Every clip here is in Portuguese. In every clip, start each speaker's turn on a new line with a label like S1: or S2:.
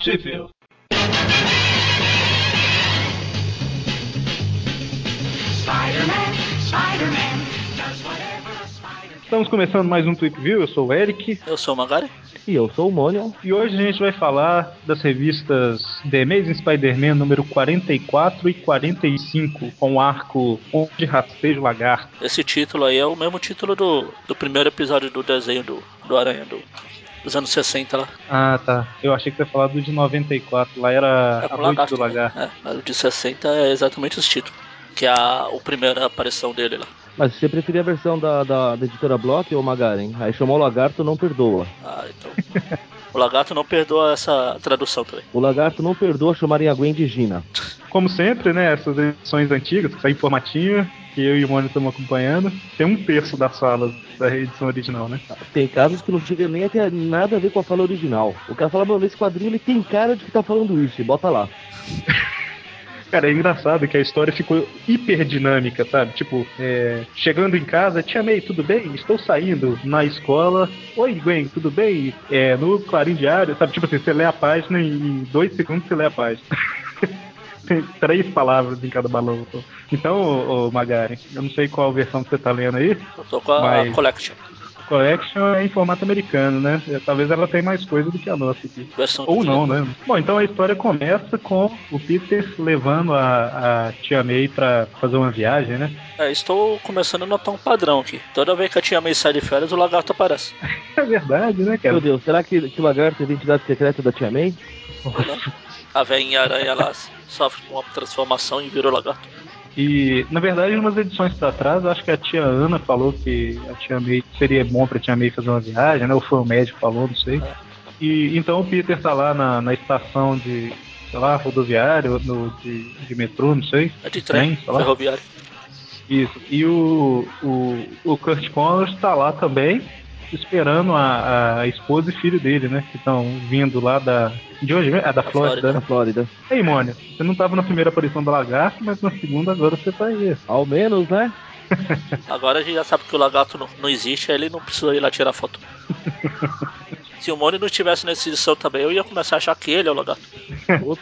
S1: Sheffield. Estamos começando mais um Tweep View, eu sou o Eric.
S2: Eu sou o Magari.
S3: E eu sou o Mônio.
S1: E hoje a gente vai falar das revistas The Amazing Spider-Man número 44 e 45, com o arco Onde Rasteja o Lagarto.
S2: Esse título aí é o mesmo título do, do primeiro episódio do desenho do, do Aranha, do, dos anos 60 lá.
S1: Ah, tá. Eu achei que você ia falar do de 94, lá era
S2: É
S1: A
S2: com
S1: Noite do
S2: lagarto.
S1: Lagarto.
S2: né? É, o de 60 é exatamente esse título. Que é a, a primeira aparição dele lá.
S3: Mas se você preferir a versão da, da, da editora Block ou Magaren, aí chamou o Lagarto Não Perdoa.
S2: Ah, então. o lagarto não perdoa essa tradução também.
S3: O Lagarto Não Perdoa chamarem a Gwen de Gina.
S1: Como sempre, né, essas edições antigas, que saem em formatinho, que eu e o Mônio estamos acompanhando, tem um terço das salas da edição original, né?
S3: Tem casos que não chega nem a ter nada a ver com a fala original. O cara fala, mano, esse quadrinho ele tem cara de que tá falando isso, e bota lá.
S1: Cara, é engraçado que a história ficou hiper dinâmica, sabe? Tipo, é, chegando em casa, Tia May, tudo bem? Estou saindo na escola. Oi, Gwen, tudo bem? É, no Clarim Diário, sabe? Tipo assim, você lê a página e em dois segundos você lê a página. Tem três palavras em cada balão. Então, ô, ô Magari, eu não sei qual versão que você tá lendo aí.
S2: Eu tô com a,
S1: Mas-
S2: a Collection.
S1: Collection é em formato americano, né? Talvez ela tenha mais coisa do que a nossa aqui.
S2: Versão
S1: Ou não, né? Bom, então a história começa com o Peter levando a, a tia May pra fazer uma viagem, né?
S2: É, estou começando a notar um padrão aqui. Toda vez que a tia May sai de férias, o lagarto aparece.
S1: É verdade, né,
S3: Meu
S1: cara?
S3: Deus, será que, que o Lagarto é a identidade secreta da Tia May?
S2: A velhinha aranha lá sofre uma transformação e virou lagarto.
S1: E, na verdade, umas edições pra trás, acho que a tia Ana falou que a tia May seria bom pra tia May fazer uma viagem, né? Ou foi o médico que falou, não sei. E então o Peter tá lá na, na estação de, sei lá, rodoviário, no, de, de metrô, não sei.
S2: É de trem,
S1: Trem, sei lá.
S2: ferroviário.
S1: Isso. E o, o, o Kurt Connors está lá também, esperando a, a esposa e filho dele, né? Que estão vindo lá da. De onde? mesmo? Ah, da Flórida.
S3: Na
S1: né?
S3: Flórida.
S1: Ei, Mônio, você não estava na primeira aparição do lagarto, mas na segunda agora você tá aí.
S3: Ao menos, né?
S2: Agora a gente já sabe que o lagarto não, não existe, aí ele não precisa ir lá tirar foto. Se o Mônio não estivesse nessa edição também, eu ia começar a achar que ele é o lagarto.
S3: Putz,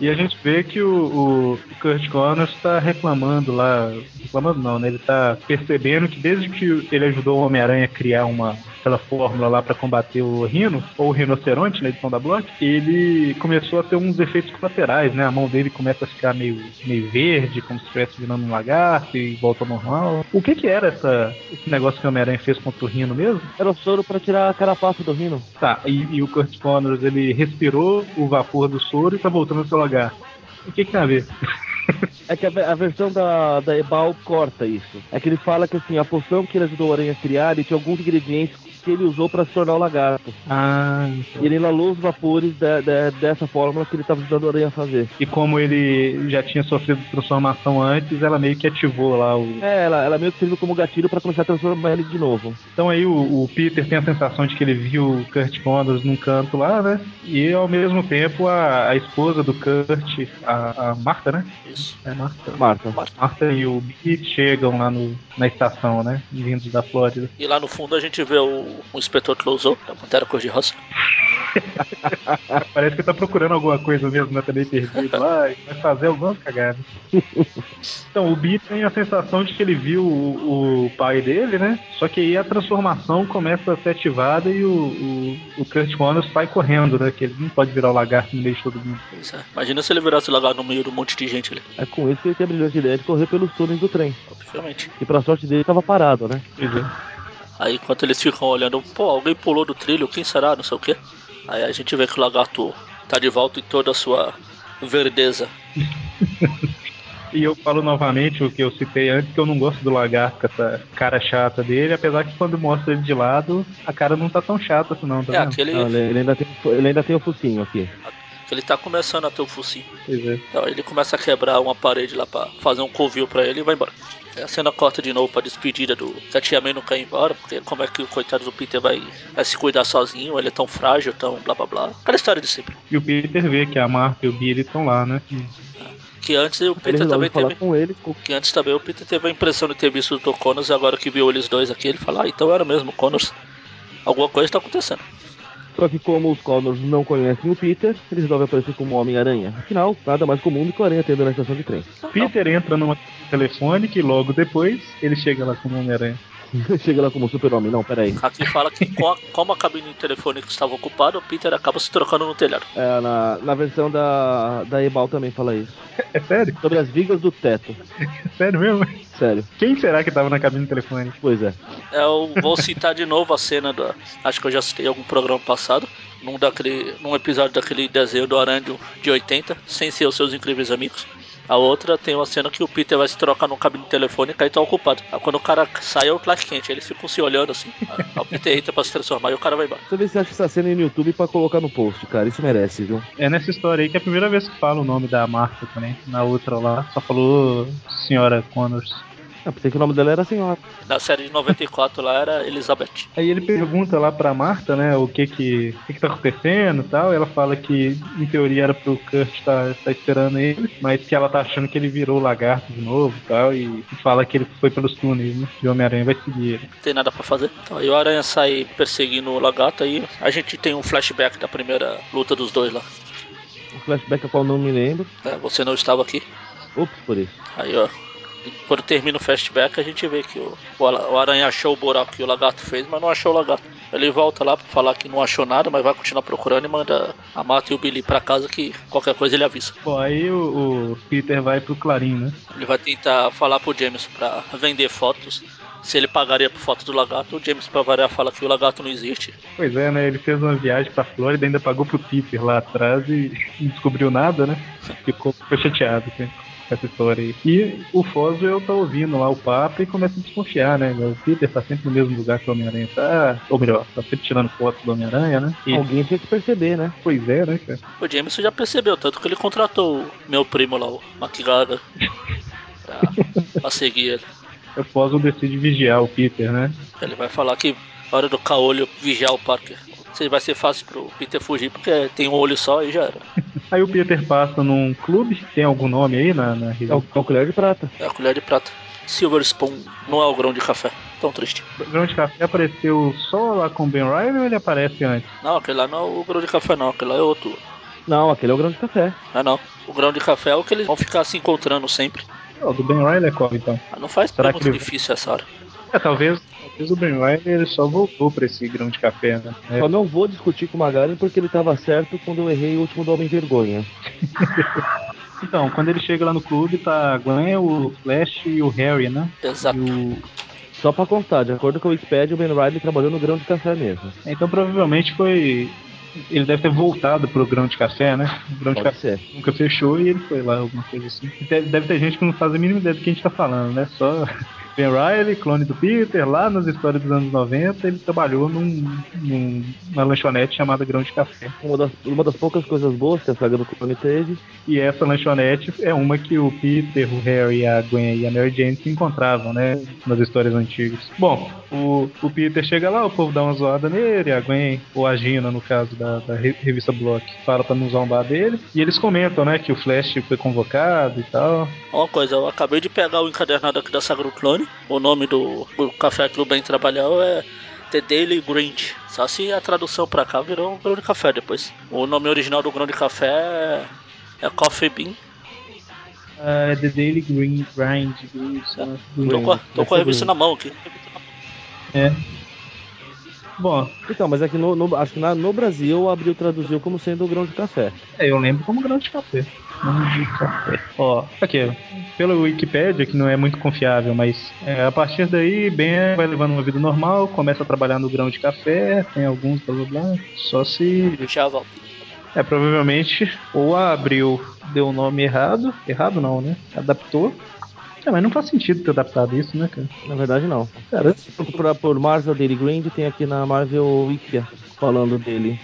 S1: E a gente vê que o, o Kurt Connors está reclamando lá. Reclamando não, né? Ele tá percebendo que desde que ele ajudou o Homem-Aranha a criar uma aquela fórmula lá para combater o rino, ou o rinoceronte na edição da Block, ele começou a ter uns efeitos colaterais, né? A mão dele começa a ficar meio, meio verde, como se estivesse virando um lagarto e volta ao normal. O que que era essa, esse negócio que o Homem-Aranha fez contra o rino mesmo?
S3: era o soro pra tirar a carapaça do rino.
S1: Tá, e, e o Kurt Connors, ele respirou o vapor do soro e tá voltando ao seu lagarto. O que que tem a ver?
S3: É que a, ve- a versão da, da Ebal corta isso. É que ele fala que assim, a poção que ele ajudou o Aranha a criar, ele tinha alguns ingredientes que ele usou para se tornar o lagarto.
S1: Ah,
S3: E ele inalou os vapores da- da- dessa fórmula que ele estava ajudando o Aranha a fazer.
S1: e como ele já tinha sofrido transformação antes, ela meio que ativou lá o.
S3: É, ela, ela meio que serviu como gatilho para começar a transformar ele de novo.
S1: Então aí o, o Peter tem a sensação de que ele viu o Kurt Connors num canto lá, né? E ao mesmo tempo a, a esposa do Kurt, a, a Marta, né?
S2: Isso.
S1: É Marta.
S3: Marta.
S1: Marta e o Big chegam lá no, na estação, né? Vindos da Flórida.
S2: E lá no fundo a gente vê o, o inspetor Clouseau, da Pantera Cor-de-Rosa.
S1: Parece que tá procurando alguma coisa mesmo, né? Também perdido lá, e vai fazer algumas cagadas. Então, o Bi tem a sensação de que ele viu o, o pai dele, né? Só que aí a transformação começa a ser ativada e o, o, o Kurt Connors sai correndo, né? Que ele não pode virar o lagarto no meio de todo mundo.
S2: Pois é. Imagina se ele virasse o lagarto no meio de um monte de gente ali.
S3: É com isso que ele tem a brilhante ideia de correr pelos túneis do trem.
S2: Obviamente.
S3: Que pra sorte dele estava parado, né?
S1: Pois é.
S2: Aí enquanto eles ficam olhando, pô, alguém pulou do trilho, quem será, não sei o quê. Aí a gente vê que o lagarto tá de volta em toda a sua verdeza.
S1: E eu falo novamente o que eu citei antes, que eu não gosto do lagarto, com essa cara chata dele, apesar que quando mostra ele de lado, a cara não tá tão chata assim não, tá
S2: É,
S1: vendo?
S2: aquele,
S3: Não, ele, ele ainda tem, ele ainda tem o focinho aqui.
S2: ele tá começando a ter o focinho.
S1: Pois é.
S2: Então ele começa a quebrar uma parede lá pra fazer um covil pra ele e vai embora. Aí A cena corta de novo pra despedida do. Que a tia May não quer ir embora, porque como é que o coitado do Peter vai, vai se cuidar sozinho? Ele é tão frágil, tão blá blá blá. Aquela história de sempre.
S1: E o Peter vê que a Marta e o Billy estão lá, né?
S2: Uhum. Que antes o
S3: Ele
S2: Peter
S3: resolve
S2: também
S3: falar
S2: teve.
S3: com ele, ficou
S2: Que antes também o Peter teve a impressão de ter visto o Dr. Connors, e agora que viu eles dois aqui, ele fala, ah, então era mesmo o Connors. Alguma coisa tá acontecendo.
S3: Só que como os Connors não conhecem o Peter, ele resolve aparecer como Homem-Aranha. Afinal, nada mais comum do que o Aranha tendo na estação de trem.
S2: Tá
S1: Peter entra numa telefônica e logo depois ele chega lá como Homem-Aranha.
S3: Chega lá como super-homem, não, peraí.
S2: Aqui fala que com a- como a cabine telefônica estava ocupada, o Peter acaba se trocando no telhado.
S3: É, na, na versão da, da Ebal também fala isso.
S1: É sério?
S3: Sobre as vigas do teto.
S1: É sério mesmo?
S3: Sério,
S1: Quem será que tava na cabine telefônica?
S3: pois é.
S2: Eu vou citar de novo a cena da. Acho que eu já citei em algum programa passado. Num, daquele, num episódio daquele desenho do Arandio de 80, sem ser os seus incríveis amigos. A outra tem uma cena que o Peter vai se trocar numa cabine telefônica e tá ocupado. Aí quando o cara sai é o Clark Kent, eles ficam se olhando assim. Aí o Peter entra pra se transformar e o cara vai embora.
S3: Deixa eu ver se acha essa cena aí no YouTube pra colocar no post, cara. Isso merece, viu?
S1: É nessa história aí que é a primeira vez que fala o nome da Marta também. Na outra lá, só falou Senhora Connors.
S3: Ah, pensei que o nome dela era senhora.
S2: Na série de 94 lá era Elizabeth.
S1: Aí ele pergunta lá pra Marta, né, o que que, o que, que tá acontecendo e tal. Ela fala que, em teoria, era pro Kurt tá, tá esperando ele, mas que ela tá achando que ele virou o lagarto de novo e tal. E fala que ele foi pelos túneis, né, que o Homem-Aranha vai seguir ele.
S2: não tem nada pra fazer. Então, aí o Aranha sai perseguindo o lagarto aí. A gente tem um flashback da primeira luta dos dois lá.
S3: Um flashback a qual não me lembro.
S2: É, você não estava aqui.
S3: Ops, por isso.
S2: Aí ó. Quando termina o flashback, a gente vê que o, o ala- o Aranha achou o buraco que o lagarto fez, mas não achou o lagarto. Ele volta lá pra falar que não achou nada, mas vai continuar procurando e manda a Marta e o Billy pra casa que qualquer coisa ele avisa.
S1: Bom, aí o, o Peter vai pro Clarim, né?
S2: Ele vai tentar falar pro James pra vender fotos. Se ele pagaria por foto do lagarto, o James pra variar fala que o lagarto não existe.
S1: Pois é, né? Ele fez uma viagem pra Flórida, ainda pagou pro Peter lá atrás e não descobriu nada, né? Ficou, ficou chateado com essa história aí. E o Foswell tá ouvindo lá o papo e começa a desconfiar, né? O Peter tá sempre no mesmo lugar que o Homem-Aranha tá, ou melhor, tá sempre tirando fotos do Homem-Aranha, né? E,
S3: Alguém tinha que perceber, né?
S1: pois é, né, cara?
S2: O Jameson já percebeu, tanto que ele contratou o meu primo lá, o Makigaga, pra, pra seguir ele.
S1: O Foswell decide vigiar o Peter, né?
S2: Ele vai falar que a hora do caolho vigiar o Parker. Isso vai ser fácil pro Peter fugir, porque tem um olho só e já era.
S1: Aí o Peter passa num clube, tem algum nome aí na, na
S3: É o, é o colher de prata.
S2: É a colher de prata. Silver Spoon não é o grão de café. Tão triste.
S1: O Grão de Café apareceu só lá com o Ben Ryan ou ele aparece antes?
S2: Não, aquele lá não é o grão de café não, aquele lá é outro.
S3: Não, aquele é o grão de café.
S2: Não é não. O grão de café é o que eles vão ficar se encontrando sempre.
S1: Não, do Ben Ryan é qual então?
S2: Ah, Não faz
S1: Será
S2: pergunta
S1: que ele-
S2: difícil essa hora.
S1: É, talvez, talvez o Ben Riley ele só voltou pra esse grão de café, né? É,
S3: Só não vou discutir com o Magari porque ele tava certo quando eu errei o último do Homem Vergonha.
S1: Então, quando ele chega lá no clube, tá a Gwen, o Flash e o Harry, né?
S2: Exato.
S1: E o-
S3: Só pra constar, de acordo com o Wikipedia, o Ben Riley trabalhou no grão de café mesmo.
S1: Então, provavelmente foi. Ele deve ter voltado pro grão de café, né? O grão de
S3: Pode
S1: café
S3: ser.
S1: nunca fechou e ele foi lá, alguma coisa assim. Deve, deve ter gente que não faz a mínima ideia do que a gente tá falando, né? Só. Ben Riley, clone do Peter, lá nas histórias dos anos 90, ele trabalhou num, num- numa lanchonete chamada Grão de Café.
S3: Uma das, uma das poucas coisas boas que a saga do clone teve.
S1: E essa lanchonete é uma que o Peter, o Harry, a Gwen e a Mary Jane se encontravam, né? Nas histórias antigas. Bom, o, o Peter chega lá, o povo dá uma zoada nele, a Gwen, ou a Gina, no caso da, da re- revista Block, fala pra não zombar dele. E eles comentam, né, que o Flash foi convocado e tal.
S2: Uma coisa, eu acabei de pegar o encadernado aqui da Sagra do Clone. O nome do, do café que o Ben trabalhou é The Daily Grind. Só se a tradução pra cá virou um grão de café depois. O nome original do grão de café é, é Coffee Bean.
S1: Ah, é The Daily Green Grind. Grind, sei lá,
S2: Tô
S1: Grind.
S2: com, a- tô com a revista na mão aqui.
S1: É. Bom,
S3: Então, mas é que no, no- acho que na- no Brasil abriu traduziu como sendo o grão de café.
S1: É, eu lembro como grão de café. Grão de café. Ó, aqui, pelo Wikipedia, que não é muito confiável, mas é, a partir daí, Ben vai levando uma vida normal, começa a trabalhar no grão de café, tem alguns, blá blá blá. Só se.
S2: Já volto.
S1: É, provavelmente, ou a Abril deu o nome errado, errado não, né? Adaptou. É, mas não faz sentido ter adaptado isso, né, cara?
S3: Na verdade, não.
S1: Cara,
S3: Se procurar por Marvel Daily Grind, tem aqui na Marvel Wikia falando dele.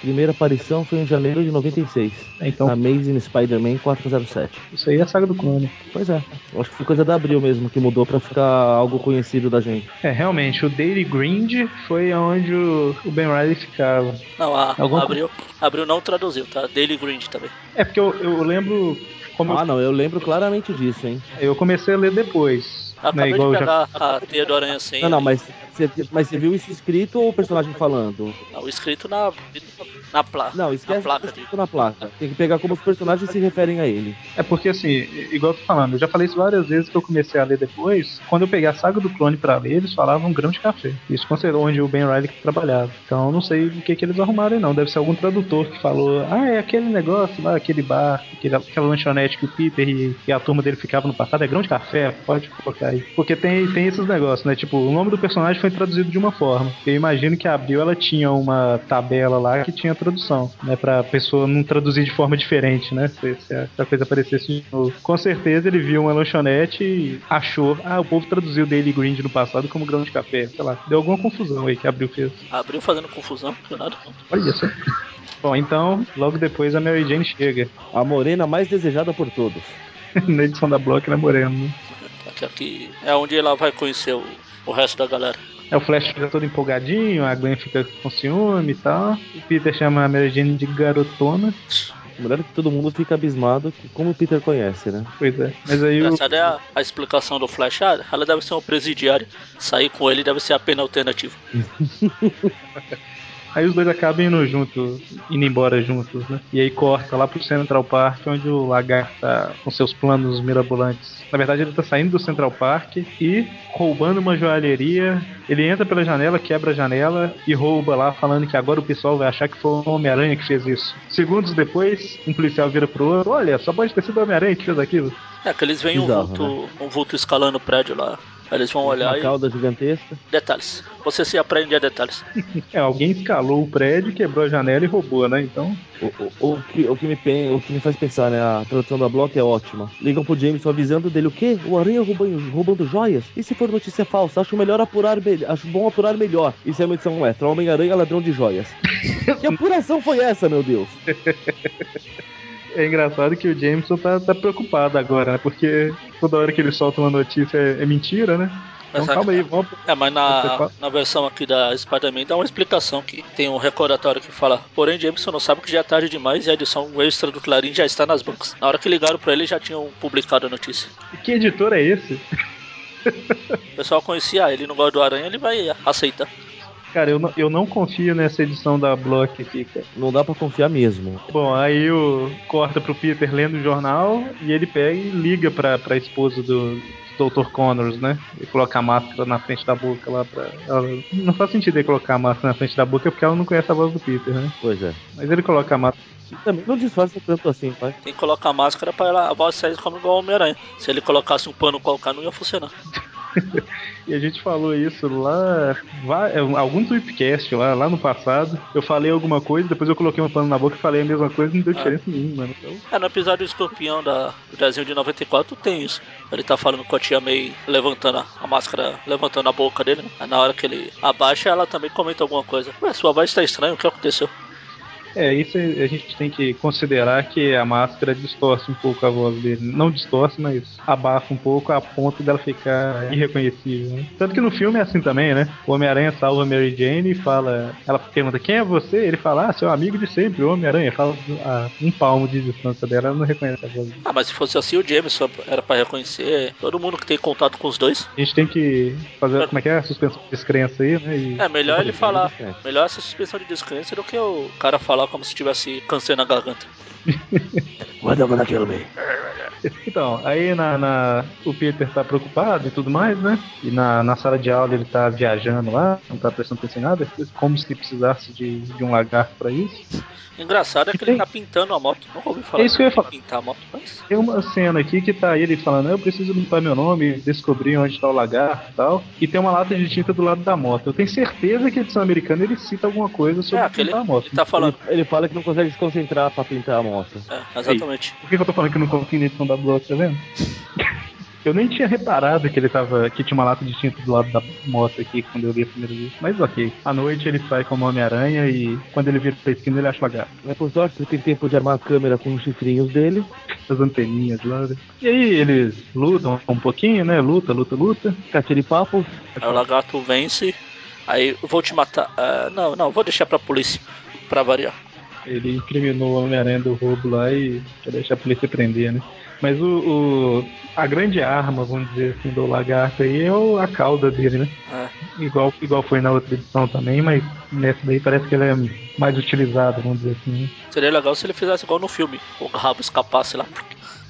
S3: Primeira aparição foi em janeiro de 96.
S1: então,
S3: Amazing Spider-Man 407.
S1: isso aí é a saga do clone.
S3: Pois é. Eu Acho que foi coisa da Abril mesmo que mudou pra ficar algo conhecido da gente.
S1: É, realmente, o Daily Grind foi onde o, o Ben Riley ficava.
S2: Não, a,
S1: Alguma
S2: abriu, abriu não traduziu, tá? Daily Grind também.
S1: É porque eu, eu lembro como eu
S2: Ah,
S3: Ah, não, eu lembro claramente disso, hein?
S1: Eu comecei a ler depois. Não é
S2: Ah, Acabei
S1: igual
S2: de
S1: já-
S2: pegar a teia do aranha assim, sem.
S3: Não, não, mas você, mas você viu isso escrito ou o personagem falando?
S2: Não, escrito na, na placa.
S3: Não, esquece
S2: Na placa
S3: o escrito na placa. Tem que pegar como os personagens se referem a ele.
S1: É porque assim, i- igual eu tô falando, eu já falei isso várias vezes que eu comecei a ler depois. Quando eu peguei a saga do clone pra ler, eles falavam um grão de café. Isso considerou onde o Ben Riley que trabalhava. Então eu não sei o que, que eles arrumaram aí, não. Deve ser algum tradutor que falou, ah, é aquele negócio lá, aquele bar, aquele, aquela lanchonete que o Peter e, e a turma dele ficavam no passado, é grão de café, pode colocar aí. Porque tem, tem esses negócios, né? Tipo, o nome do personagem foi traduzido de uma forma. Eu imagino que a Abril ela tinha uma tabela lá que tinha tradução, né? Pra pessoa não traduzir de forma diferente, né? Se, se a, se a coisa aparecesse de novo. Com certeza ele viu uma lanchonete e achou. Ah, o povo traduziu Daily Grind no passado como grão de café. Sei lá. Deu alguma confusão aí que a Abril fez.
S2: Abriu fazendo confusão, não nada.
S1: Olha só. Bom, então, logo depois a Mary Jane chega.
S3: A morena mais desejada por todos.
S1: Na edição da Block, né, Moreno?
S2: Aqui, aqui é onde ela vai conhecer o, o resto da galera.
S1: É, o Flash fica todo empolgadinho, a Gwen fica com ciúme e tal. O Peter chama a Mary Jane de garotona.
S3: Melhor que todo mundo fica abismado que como o Peter conhece, né?
S1: Pois é. Mas aí o,
S2: Engraçado é a, a explicação do Flash. Ah, ela deve ser um presidiário. Sair com ele deve ser a pena alternativa.
S1: aí os dois acabam indo junto, indo embora juntos, né? E aí corta lá pro Central Park, onde o Lagarto tá com seus planos mirabolantes. Na verdade, ele tá saindo do Central Park e roubando uma joalheria. Ele entra pela janela, quebra a janela e rouba lá, falando que agora o pessoal vai achar que foi o Homem-Aranha que fez isso. Segundos depois, um policial vira pro outro: Olha, só pode ter sido o Homem-Aranha que fez aquilo.
S2: É que eles veem um
S3: Bizarro,
S2: vulto,
S1: né?
S2: um vulto escalando o prédio lá. Aí Eles vão olhar
S3: Uma
S2: e.
S3: cauda gigantesca.
S2: Detalhes. Você se aprende a detalhes.
S1: É, alguém escalou o prédio, quebrou a janela e roubou, né? Então,
S3: O, o- o que, o, que me pen- o que me faz pensar, né? A tradução da Block é ótima. Ligam pro Jameson avisando dele o quê? O Aranha roubando, roubando joias? E se for notícia falsa? Acho melhor apurar me- Acho bom apurar melhor. Isso é uma edição extra. Homem-Aranha ladrão de joias. que apuração foi essa, meu Deus?
S1: é engraçado que o Jameson tá, tá preocupado agora, né? Porque toda hora que ele solta uma notícia é, é mentira, né? Então
S2: Exato.
S1: calma aí, vamos.
S2: É, mas
S1: Você
S2: na,
S1: fala?
S2: na versão aqui da Spider-Man dá uma explicação que tem um recordatório que fala Porém, Jameson não sabe que já é tarde demais e a edição extra do Clarim já está nas bancas. Na hora que ligaram pra ele já tinham publicado a notícia.
S1: Que editor é esse?
S2: O pessoal conhecia ah, ele, não gosta do Aranha, ele vai aceitar.
S1: Cara, eu não, eu não confio nessa edição da Block aqui, cara.
S3: Não dá pra confiar mesmo.
S1: Bom, aí o corta pro Peter lendo o jornal e ele pega e liga pra, pra esposa do Dr. Connors, né? E coloca a máscara na frente da boca lá pra. ela- Não faz sentido ele colocar a máscara na frente da boca porque ela não conhece a voz do Peter, né?
S3: Pois é.
S1: Mas ele coloca a máscara.
S3: Também não disfarça tanto assim, pai.
S2: Tem que colocar a máscara é pra ela, a voz sair como igual o Homem-Aranha. Se ele colocasse um pano qualquer, não ia funcionar.
S1: E a gente falou isso lá, va- é, algum tweetcast lá, lá no passado. Eu falei alguma coisa, depois eu coloquei um pano na boca e falei a mesma coisa, não deu diferença nenhuma. né? Então,
S2: É, no episódio do Escorpião da, do desenho de 94 tem isso. Ele tá falando com a tia May levantando a, a máscara, levantando a boca dele. né? Aí Na hora que ele abaixa, ela também comenta alguma coisa. Ué, sua voz tá estranha, o que aconteceu?
S1: é, isso a gente tem que considerar que a máscara distorce um pouco a voz dele. Não distorce, mas abafa um pouco a ponto dela ficar irreconhecível. né? Tanto que no filme é assim também, né? O Homem-Aranha salva a Mary Jane e fala. Ela pergunta quem é você? Ele fala, ah, seu amigo de sempre, o Homem-Aranha. Fala a um palmo de distância dela, ela não reconhece a voz dele.
S2: Ah, mas se fosse assim, o Jameson era pra reconhecer. Todo mundo que tem contato com os dois.
S1: A gente tem que fazer, como é que é? Suspensão de descrença aí, né? E-
S2: É melhor ele falar.
S3: É.
S2: Melhor essa suspensão de descrença do que o cara falar como se tivesse câncer na garganta.
S3: Manda, manda, kill me.
S2: É.
S1: Então, aí na, na- o Peter tá preocupado e tudo mais, né? E na, na sala de aula ele tá viajando lá, não tá prestando atenção em nada, como se precisasse de, de um lagarto pra isso.
S2: Engraçado é que ele tá pintando a moto. Nunca ouvi falar
S1: É isso que eu ia falar.
S2: pintar a moto, mas.
S1: Tem uma cena aqui que tá ele falando, eu preciso limpar meu nome, descobrir onde tá o lagarto e tal. E tem uma lata de tinta do lado da moto. Eu tenho certeza que a edição americana ele cita alguma coisa
S2: É,
S1: sobre
S2: aquele,
S1: pintar a moto. né?
S2: ele tá falando.
S3: Ele, ele fala que não consegue se concentrar pra pintar a moto.
S2: É, exatamente.
S1: Por que, que eu tô falando que eu não confio na edição da Block, tá vendo? Eu nem tinha reparado que ele tava. que tinha uma lata de tinta do lado da moto aqui quando eu li a primeira vez. Mas ok. À noite ele sai como Homem-Aranha e quando ele vira pra esquina ele acha o lagarto.
S3: Mas É, por sorte ele tem tempo de armar a câmera com os chifrinhos dele.
S1: As anteninhas lá. né? E aí eles lutam um pouquinho, né? Luta, luta, luta.
S3: Catiripapos.
S2: Aí o lagarto vence. Aí eu vou te matar. Ah, não, não, vou deixar pra polícia. Pra variar.
S1: Ele incriminou o Homem-Aranha do roubo lá e quer deixar a polícia prender, né? Mas o, o- a grande arma, vamos dizer assim, do lagarto aí é o- a cauda dele, né?
S2: É.
S1: Igual, igual foi na outra edição também, mas nessa daí parece que ele é mais utilizado, vamos dizer assim. né?
S2: Seria legal se ele fizesse igual no filme, o rabo escapasse lá.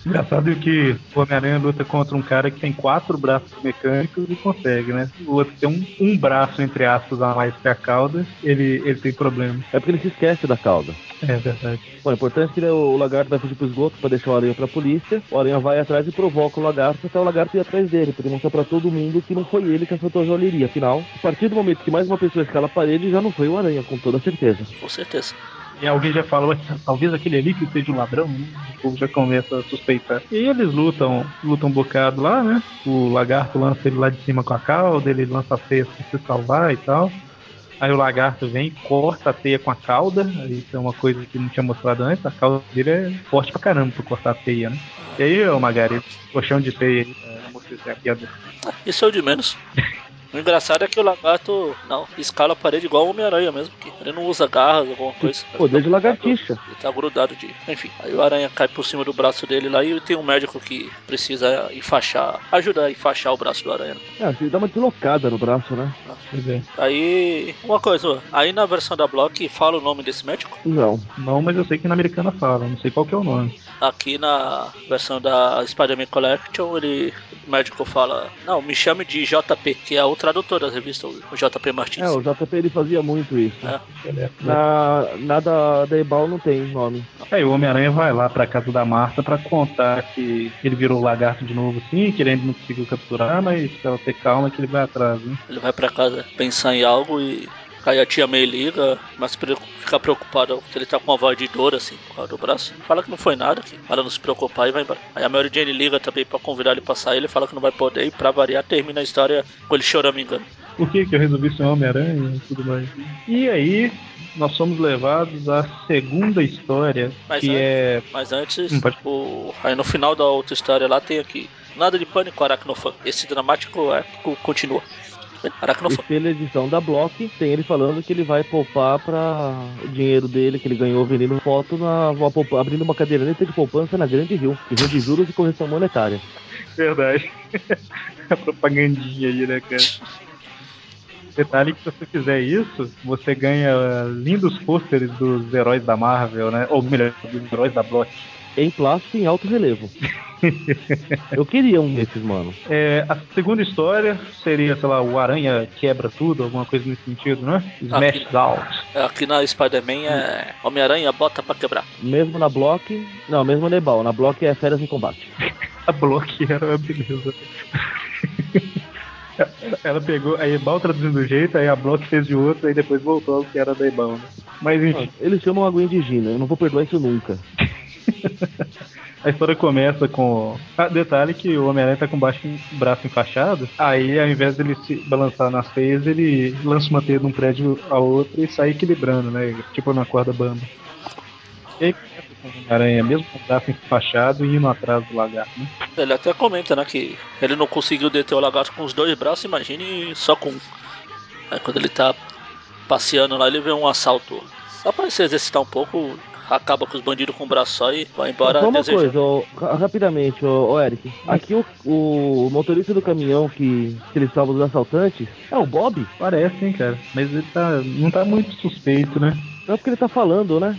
S1: Engraçado é que o Homem-Aranha luta contra um cara que tem quatro braços mecânicos e consegue, né? O outro tem um, um braço, entre aspas, a mais que a cauda, ele, ele tem problema.
S3: É porque ele se esquece da cauda.
S1: É verdade.
S3: Bom, o importante é que né, o lagarto vai fugir pro esgoto pra deixar o aranha pra polícia. O aranha vai atrás e provoca o lagarto até o lagarto ir atrás dele, pra ele mostrar pra todo mundo que não foi ele que afetou a joalheria. Afinal, a partir do momento que mais uma pessoa escala a parede, já não foi o aranha, com toda certeza.
S2: Com certeza.
S1: E alguém já falou, talvez aquele ali que seja um ladrão, né? O povo já começa a suspeitar. E eles lutam, lutam um bocado lá, né? O lagarto lança ele lá de cima com a cauda, ele lança a teia pra se salvar e tal. Aí o lagarto vem e corta a teia com a cauda. Isso é uma coisa que não tinha mostrado antes. A cauda dele é forte pra caramba pra cortar a teia, né? E aí, ô Magari, colchão de teia aí. é, não sei se é a piada.
S2: Ah, Isso é o de menos. O engraçado é que o lagarto não escala a parede igual o Homem-Aranha mesmo, que ele não usa garras, alguma coisa.
S3: Poder de lagartixa.
S2: Ele tá grudado de. Enfim. Aí o aranha cai por cima do braço dele lá e tem um médico que precisa enfaixar. ajudar a enfaixar o braço do aranha.
S3: É, assim, dá uma deslocada no braço, né?
S1: Pois é.
S2: Aí. Uma coisa, ó, aí na versão da Block fala o nome desse médico.
S3: Não.
S1: Não, mas eu sei que na americana fala, não sei qual que é o nome.
S2: Aqui na versão da Spider-Man Collection, ele. O médico fala. Não, me chame de JP, que é o tradutor da revista, o JP Martins.
S3: É, o JP ele fazia muito isso.
S2: É.
S1: Deixa eu olhar aqui.
S3: Na, na da, da Ebal não tem nome.
S1: Aí o Homem-Aranha vai lá pra casa da Marta pra contar que ele virou lagarto de novo, sim, que ele ainda não conseguiu capturar, mas pra ela ter calma que ele vai atrás, né?
S2: Ele vai pra casa pensar em algo e. Aí a tia May liga, mas pre- fica preocupada porque ele tá com uma voz de dor assim, por causa do braço. Fala que não foi nada, que para não se preocupar e vai embora. Aí a Mary Jane liga também pra convidar ele pra sair, ele fala que não vai poder e pra variar termina a história com ele choramingando.
S1: Por que, que eu resolvi ser um Homem-Aranha e tudo mais? E aí nós somos levados à segunda história,
S2: Mas
S1: que
S2: antes-
S1: é.
S2: Mas antes,
S1: Hum, pode-
S2: o... aí no final da outra história lá tem aqui, nada de pânico, aracnofã. Esse dramático é, co- continua.
S3: E
S2: Aracnofã.
S3: pela edição da Block, tem ele falando que ele vai poupar pra o dinheiro dele que ele ganhou vendendo foto, na, uma poupa- abrindo uma caderneta de poupança na Grande Rio, que rende juros e correção monetária.
S1: Verdade. a propagandinha aí, né, cara? Detalhe que se você fizer isso, você ganha lindos pôsteres dos heróis da Marvel, né? Ou melhor, dos heróis da Block.
S3: Em plástico em alto relevo. Eu queria um desses, mano.
S1: É, a segunda história seria, sei lá, o Aranha quebra tudo, alguma coisa nesse sentido, né? Smash Out.
S2: Aqui na Spider-Man é Homem-Aranha bota pra quebrar.
S3: Mesmo na Block. Não, mesmo na Ebal. Na Block é férias em combate.
S1: A Block era uma beleza. Ela pegou a Ebal traduzindo do jeito, aí a Block fez de outro, aí depois voltou ao que era da Ebal, né? Mas enfim,
S3: Eles chamam a Gwen de Gina. Eu não vou perdoar isso nunca.
S1: a história começa com. Ah, detalhe que o Homem-Aranha tá com o baixo- braço enfaixado, aí ao invés dele se balançar nas teias, ele lança uma teia de um prédio a outro e sai equilibrando, né? Tipo na corda bamba. E aí começa com o Homem-Aranha, mesmo com o braço enfaixado e indo atrás do lagarto, né?
S2: Ele até comenta, né, que ele não conseguiu deter o lagarto com os dois braços, imagine só com um. Aí quando ele tá passeando lá, ele vê um assalto. Só pra se exercitar um pouco, acaba com os bandidos com o braço só e vai embora
S3: Só uma
S2: desejando.
S3: coisa, ó, ra- rapidamente, ô, ô, Eric. Aqui o, o motorista do caminhão que, que eles salvam dos assaltantes é o Bob.
S1: Parece, hein, cara. Mas ele tá, não tá muito suspeito, né?
S3: Não é porque ele tá falando, né?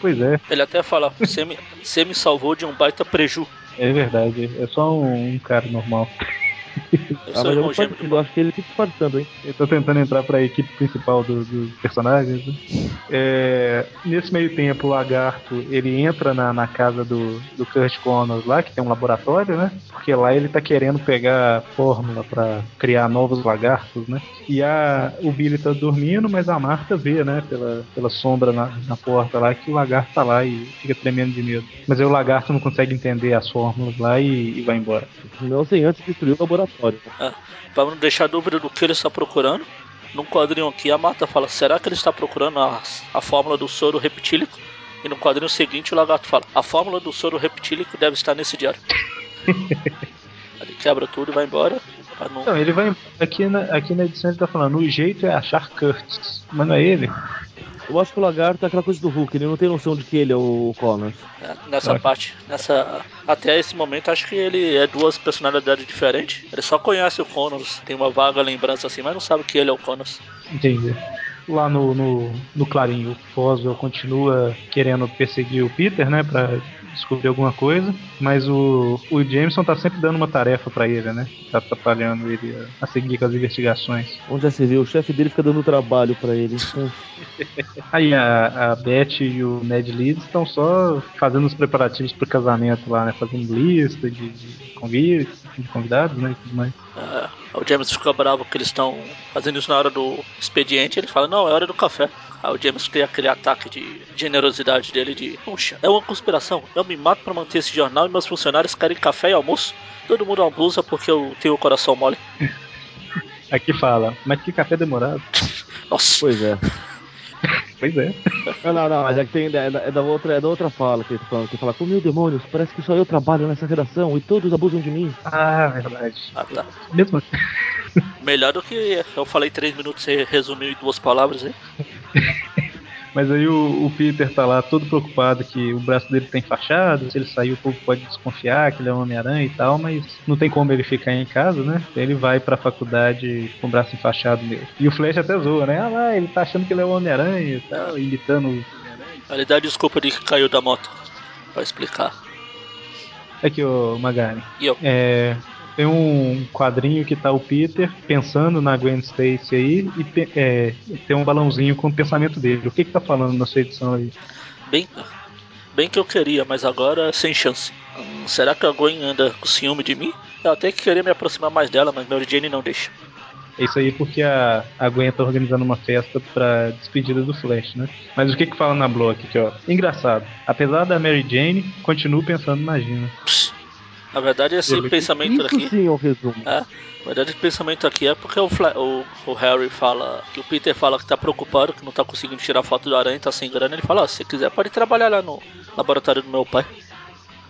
S1: Pois é,
S2: Ele até fala, você me, você me salvou de um baita preju.
S3: Ah,
S1: é verdade. É só um, um cara normal.
S2: Eu
S3: Ah,
S2: sou
S3: mas eu,
S2: é irmão
S3: não
S2: gêmeo.
S3: participo, eu acho que ele se disfarçando, hein?
S1: Eu tô tentando entrar pra equipe principal do- dos personagens. né? É, nesse meio tempo, o lagarto ele entra na, na casa do, do Kurt Connors lá, que tem um laboratório, né? Porque lá ele tá querendo pegar fórmula pra criar novos lagartos, né? E a, o Billy tá dormindo, mas a Marta vê, né? Pela, pela sombra na, na porta lá, que o lagarto tá lá e fica tremendo de medo. Mas aí o lagarto não consegue entender as fórmulas lá e- e vai embora.
S3: Não sem antes destruir o laboratório.
S2: Ah, Pra não deixar dúvida do que ele está procurando. Num quadrinho aqui, a Marta fala: será que ele está procurando a, a fórmula do soro reptílico? E no quadrinho seguinte, o lagarto fala: a fórmula do soro reptílico deve estar nesse diário. ele quebra tudo e vai embora. pra não-
S1: Não, ele vai. Aqui na, aqui na edição ele tá falando, o jeito é achar Curtis. Mas não é ele?
S3: Eu acho que o lagarto é aquela coisa do Hulk, ele não tem noção de que ele é o Connors.
S2: né, nessa parte. Nessa, até esse momento, acho que ele é duas personalidades diferentes. Ele só conhece o Connors, tem uma vaga lembrança assim, mas não sabe que ele é o Connors.
S1: Entendi. Lá no, no, no Clarim, o Foswell continua querendo perseguir o Peter, né? Pra descobrir alguma coisa. Mas o, o Jameson tá sempre dando uma tarefa pra ele, né? Tá atrapalhando ele a- a seguir com as investigações.
S3: Onde é já se viu, o chefe dele fica dando trabalho pra ele. Então,
S1: Aí a, a Beth e o Ned Leeds estão só fazendo os preparativos pro casamento lá, né? Fazendo lista de, de convidados, de convidados, né? e tudo mais.
S2: Ah, o James fica bravo que eles estão fazendo isso na hora do expediente. Ele fala: Não, é hora do café. Aí o James tem aquele ataque de generosidade dele: de Puxa, é uma conspiração. Eu me mato pra manter esse jornal e meus funcionários querem café e almoço. Todo mundo abusa porque eu tenho o coração mole.
S1: Aqui fala, mas que café demorado.
S2: Nossa,
S3: pois é.
S1: Pois é.
S3: Não, não, não, mas é que tem, é, da- é da outra, é da outra fala que ele fala, que fala, com mil demônios, parece que só eu trabalho nessa redação e todos abusam de mim.
S1: Ah, verdade.
S2: Ah, tá.
S1: Mesmo assim.
S2: melhor do que eu falei três minutos e resumiu em duas palavras, hein?
S1: Mas aí o, o Peter tá lá todo preocupado que o braço dele tem fachado, se ele sair o povo pode desconfiar que ele é um Homem-Aranha e tal, mas não tem como ele ficar em casa, né? Então ele vai pra faculdade com o braço enfaixado mesmo. E o Flash até zoa, né? Ah lá, ele tá achando que ele é um Homem-Aranha e tal, imitando o
S2: Ele dá desculpa de que caiu da moto. Pra explicar.
S1: Aqui, É ô Magari.
S2: E eu?
S1: É, tem um quadrinho que tá o Peter pensando na Gwen Stacy aí e pe- é, tem um balãozinho com o pensamento dele. O que que tá falando na sua edição aí?
S2: Bem, bem que eu queria, mas agora é sem chance. Hum, será que a Gwen anda com ciúme de mim? Eu até que queria me aproximar mais dela, mas Mary Jane não deixa.
S1: É isso aí porque a, a Gwen tá organizando uma festa pra despedida do Flash, né? Mas o que que fala na Block aqui, ó? Engraçado. Apesar da Mary Jane, continuo pensando na Gina.
S2: Pss. Na verdade, esse
S1: Isso
S2: pensamento
S3: Isso
S2: aqui.
S3: sim é o resumo.
S2: É, na verdade, esse pensamento aqui é porque o, Fla- o- o Harry fala. Que o Peter fala que tá preocupado, que não tá conseguindo tirar foto do aranha, tá sem grana. Ele fala: "Ah, se quiser, pode trabalhar lá no laboratório do meu pai.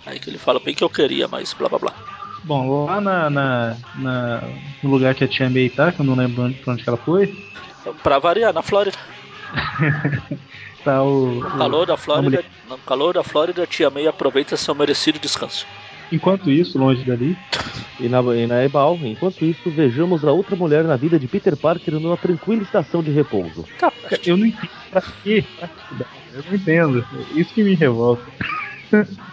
S2: Aí que ele fala: bem que eu queria, mas blá blá blá.
S1: Bom, lá na, na- na- no lugar que a Tia May tá, que eu não lembro onde, pra onde que ela foi,
S2: Então, Pra variar, na Flórida.
S1: tá o...
S2: No
S1: o-
S2: calor da
S1: a mulher-
S2: Flórida, no calor da Flórida, Tia May aproveita seu merecido descanso.
S1: Enquanto isso, longe dali,
S3: E na, e na Ebal, enquanto isso, vejamos a outra mulher na vida de Peter Parker numa tranquila estação de repouso.
S2: Tá,
S1: eu não entendo pra quê? Pra estudar? Eu não entendo. Isso que me revolta.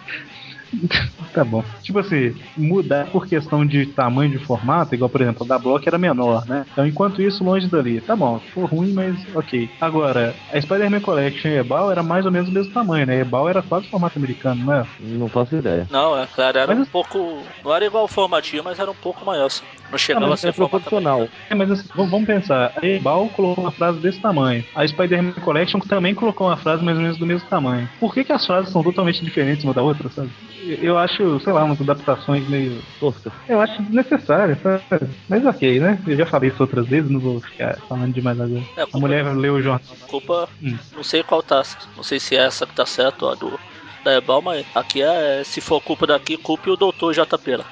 S1: tá bom. Tipo assim, mudar por questão de tamanho de formato, igual por exemplo, a da Block era menor, né? Então enquanto isso, longe dali. Tá bom, ficou ruim, mas ok. Agora, a Spider-Man Collection e Ebal era mais ou menos o mesmo tamanho, né? Ebal era quase formato americano, né?
S3: Não faço ideia.
S2: não, é claro, era
S1: Mas
S2: um
S1: isso-
S2: pouco. Não era igual o formatinho, mas era um pouco maior, assim. Não chegava
S3: Ah,
S2: a
S3: mas
S2: ser
S3: é
S2: formato.
S3: proporcional.
S1: É, mas assim, vamos vamos pensar. A Ebal colocou uma frase desse tamanho. A Spider-Man Collection também colocou uma frase mais ou menos do mesmo tamanho. Por que, que as frases são totalmente diferentes uma da outra, sabe? Eu- Eu acho, sei lá, umas adaptações meio.
S3: Tosca.
S1: Eu acho desnecessário, sabe? Mas ok, né? Eu já falei isso outras vezes, não vou ficar falando demais agora.
S2: É,
S1: A mulher leu o jornal.
S2: Desculpa,
S1: Hum.
S2: não sei qual tá. Não sei se é essa que tá certo, ó, do, da Ebal, mas aqui é. Se for culpa daqui, culpe o doutor JP lá.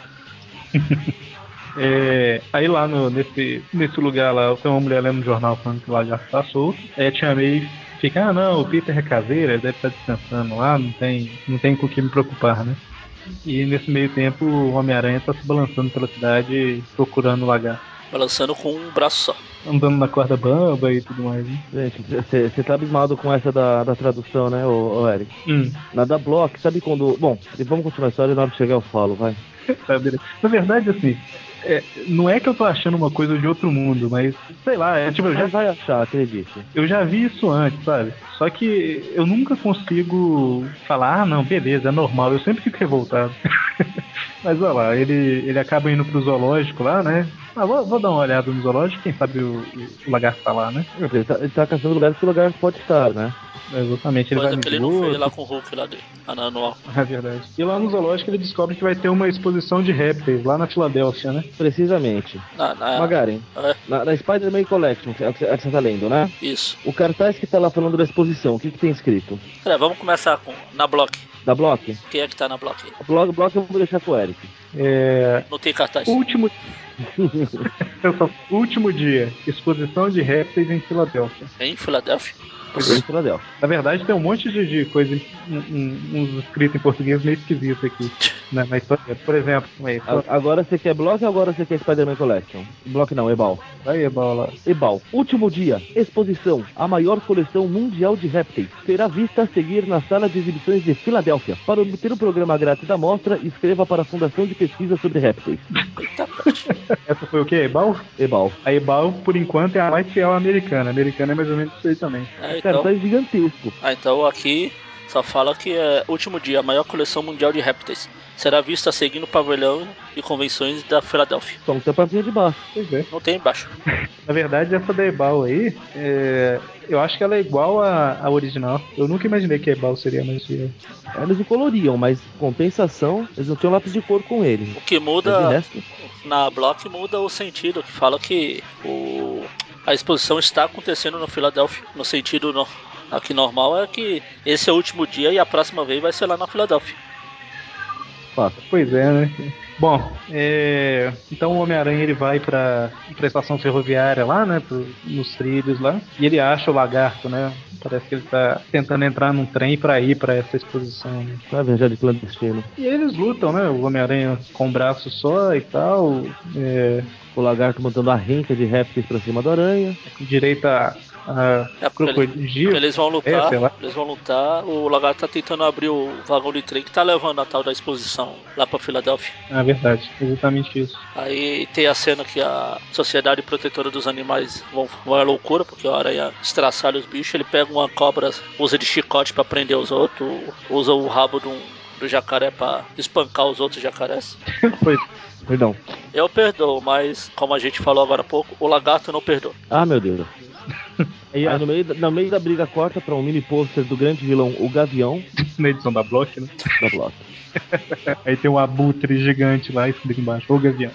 S1: É, aí lá no- nesse, nesse lugar lá, tem uma mulher lendo no jornal falando que lá já tá solto. É, Tia May fica, ah não, o Peter é caseira, ele deve estar descansando lá, não tem, não tem com o que me preocupar, né? E nesse meio tempo o Homem-Aranha tá se balançando pela cidade procurando o lagarto.
S2: Balançando com um braço só.
S1: Andando na corda bamba e tudo mais, né?
S3: Gente, você tá abismado com essa da, da tradução, né, ô, ô Eric?
S1: Hum,
S3: Na da Block, sabe quando. Bom, vamos continuar a história, na hora que chegar eu falo, vai.
S1: tá, beleza. Na verdade, assim, é, não é que eu tô achando uma coisa de outro mundo, mas sei lá, é tipo, eu já
S3: Mas vai achar, acredite.
S1: Eu já vi isso antes, sabe? Só que eu nunca consigo falar, ah, não, beleza, é normal. Eu sempre fico revoltado. Mas olha lá, ele, ele acaba indo pro zoológico lá, né? Ah, vou, vou dar uma olhada no zoológico, quem sabe o, o lagarto tá lá, né?
S3: Ele tá, ele tá caçando lugares que o lagarto pode estar, né?
S1: É, Exatamente, ele vai
S2: Coisa
S1: no
S2: que ele não fez
S1: esgoto,
S2: lá com o Hulk lá dele. Ah, não, anual.
S1: É verdade. E lá no zoológico ele descobre que vai ter uma exposição de répteis lá na Filadélfia, né?
S3: Precisamente.
S2: Na, na-
S3: Magaren,
S2: é,
S3: na, na Spider-Man Collection, que é o que você tá lendo, né?
S2: isso.
S3: O cartaz que tá lá falando da exposição, o que que tem escrito?
S2: Pera, vamos começar com. Na Block.
S3: Da Block?
S2: Quem é que tá na Block aí?
S3: A Block, block eu vou deixar com o Eric.
S1: É.
S2: Não tem cartaz.
S1: Último. Eu só- último dia, exposição de répteis em Filadélfia.
S2: É Em Filadélfia.
S3: Chegou em Filadélfia.
S1: Na verdade, tem um monte de, de coisa, um- um- uns escritos em português meio esquisitos aqui né, na, na história. Por exemplo, como é?
S3: A- Agora você quer Block ou agora você quer Spider-Man Collection? Block não, Ebal.
S1: Aí, bola.
S3: Ebal. Último dia. Exposição. A maior coleção mundial de répteis. Será vista a seguir na sala de exibições de Filadélfia. Para obter o programa grátis da mostra, escreva para a Fundação de Pesquisa sobre Répteis.
S1: Essa foi o quê? Ebal?
S3: Ebal.
S1: A Ebal, por enquanto, é a mais fiel à americana. A americana é mais ou menos isso aí também.
S2: É,
S3: Cara,
S2: então,
S3: tá gigantesco.
S2: ah, então aqui só fala que é último dia, a maior coleção mundial de répteis. Será vista seguindo o pavilhão de convenções da Filadélfia.
S3: Só não tem a partinha de baixo.
S1: Pois é.
S2: Não tem embaixo.
S1: Na verdade, essa da Ebal aí, é, eu acho que ela é igual à, à original. Eu nunca imaginei que a Ebal seria mais fiel.
S3: Eles não coloriam, mas compensação, eles não tinham lápis de cor com eles.
S2: O que
S3: Mas de
S2: muda
S1: né?
S3: resto,
S2: na Block muda o sentido, que fala que o, a exposição está acontecendo no Filadélfia. No sentido no, aqui normal é que esse é o último dia e a próxima vez vai ser lá na Filadélfia.
S3: fato.
S1: Pois é, né? Bom, é, então o Homem-Aranha ele vai pra, pra estação ferroviária lá, né? pro- nos trilhos lá. E ele acha o lagarto, né? Parece que ele tá tentando entrar num trem pra ir pra essa exposição. né?
S3: Pra viajar de clandestino.
S1: E eles lutam, né? O Homem-Aranha com um braço só e tal. É,
S3: O lagarto mandando a renca de répteis pra cima da aranha.
S1: direito a, a
S2: É porque
S1: crocodilo.
S2: Eles vão
S1: É,
S2: lutar,
S1: sei lá.
S2: eles vão lutar. O lagarto tá tentando abrir o vagão de trem que tá levando a tal da exposição lá pra Filadélfia.
S1: É verdade, exatamente isso.
S2: Aí tem a cena que a Sociedade Protetora dos Animais vão, vão à loucura, porque a aranha estraçalha os bichos, ele pega uma cobra, usa de chicote pra prender os outros, usa o rabo de um- do jacaré pra espancar os outros jacarés.
S1: Pois
S3: Perdão.
S2: Eu perdoo, mas como a gente falou agora há pouco, o lagarto não perdoa.
S3: Ah, meu Deus.
S1: Aí
S3: Aí no meio, da, no meio da briga corta pra um mini pôster do grande vilão, o Gavião,
S1: na edição da Block, né?
S3: da Block.
S1: Aí tem um abutre gigante lá escrito embaixo, o Gavião.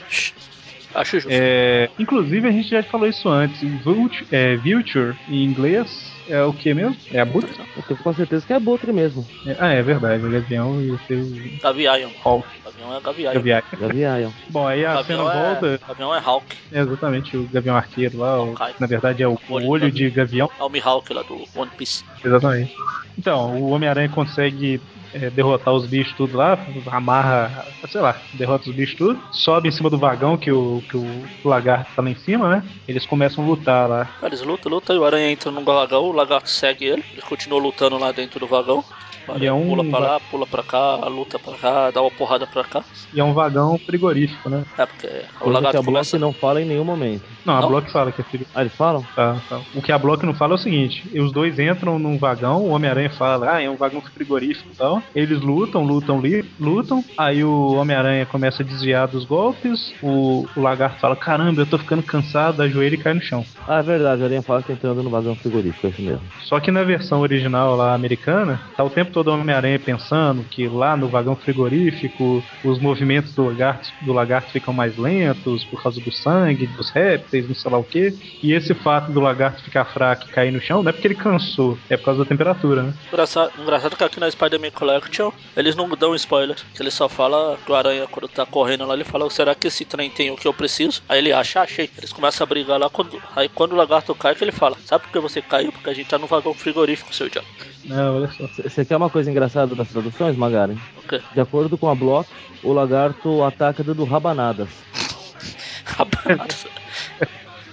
S2: Acho justo.
S1: É, inclusive a gente já falou isso antes. Vulture, é, vulture em inglês é o que mesmo? É abutre?
S3: Eu tenho com certeza que é abutre mesmo.
S1: É, ah, é verdade. O Gavião ia ser o
S2: Gavião.
S1: Hulk.
S2: Gavião é gavião.
S1: Gavião.
S3: Gavião.
S1: Bom, aí a cena né?
S2: Gavião é,
S1: volta.
S2: Gavião é Hulk.
S1: É exatamente o Gavião Arqueiro lá. o-
S2: Hawkeye.
S1: na verdade é o, o
S2: Olho
S1: olho
S2: do
S1: de Gavião.
S2: É o Mihawk lá do One Piece.
S1: Exatamente. Então, o Homem-Aranha consegue é, derrotar os bichos tudo lá, amarra, sei lá, derrota os bichos tudo, sobe em cima do vagão que o, que o lagarto tá lá em cima, né? Eles começam a lutar lá.
S2: Eles lutam, lutam, e o aranha entra num vagão, o lagarto segue ele, ele continua lutando lá dentro do vagão. O aranha
S1: é um
S2: pula pra
S1: va-
S2: lá, pula pra cá, luta pra cá, dá uma porrada pra cá.
S1: E é um vagão frigorífico, né?
S2: É, porque o
S3: Coisa que
S2: lagarto
S3: a Block
S2: começa...
S3: não fala em nenhum momento.
S1: Não, a
S2: Não.
S1: Block fala que é frigorífico.
S3: Ah, eles falam?
S1: Tá, tá. O que a Block não fala é o seguinte: os dois entram num vagão, o Homem-Aranha fala, ah, é um vagão frigorífico e tal. Eles lutam, lutam, li- lutam. Aí o Homem-Aranha começa a desviar dos golpes. O, o lagarto fala: caramba, eu tô ficando cansado, ajoelha e cai no chão.
S3: Ah, é verdade, a aranha fala que tá entrando no vagão frigorífico, é isso mesmo.
S1: Só que na versão original lá americana, tá o tempo todo o Homem-Aranha pensando que lá no vagão frigorífico os movimentos do lagarto, do lagarto ficam mais lentos por causa do sangue, dos répteis, não sei lá o que. E esse fato do lagarto ficar fraco e cair no chão não é porque ele cansou, é por causa da temperatura, né?
S2: Engraçado, engraçado que aqui na Spider-Man Collection eles não dão spoiler, que ele só fala que o aranha quando tá correndo lá, ele fala, será que esse trem tem o que eu preciso? Aí ele acha, achei. Eles começam a brigar lá, quando... aí quando o lagarto cai, que ele fala, sabe por que você caiu? Porque a gente tá num vagão frigorífico, seu idiota.
S1: Não, olha só.
S3: C- Você quer uma coisa engraçada das traduções, Magaren?
S2: O quê?
S3: De acordo com a Block, o lagarto ataca dando rabanadas.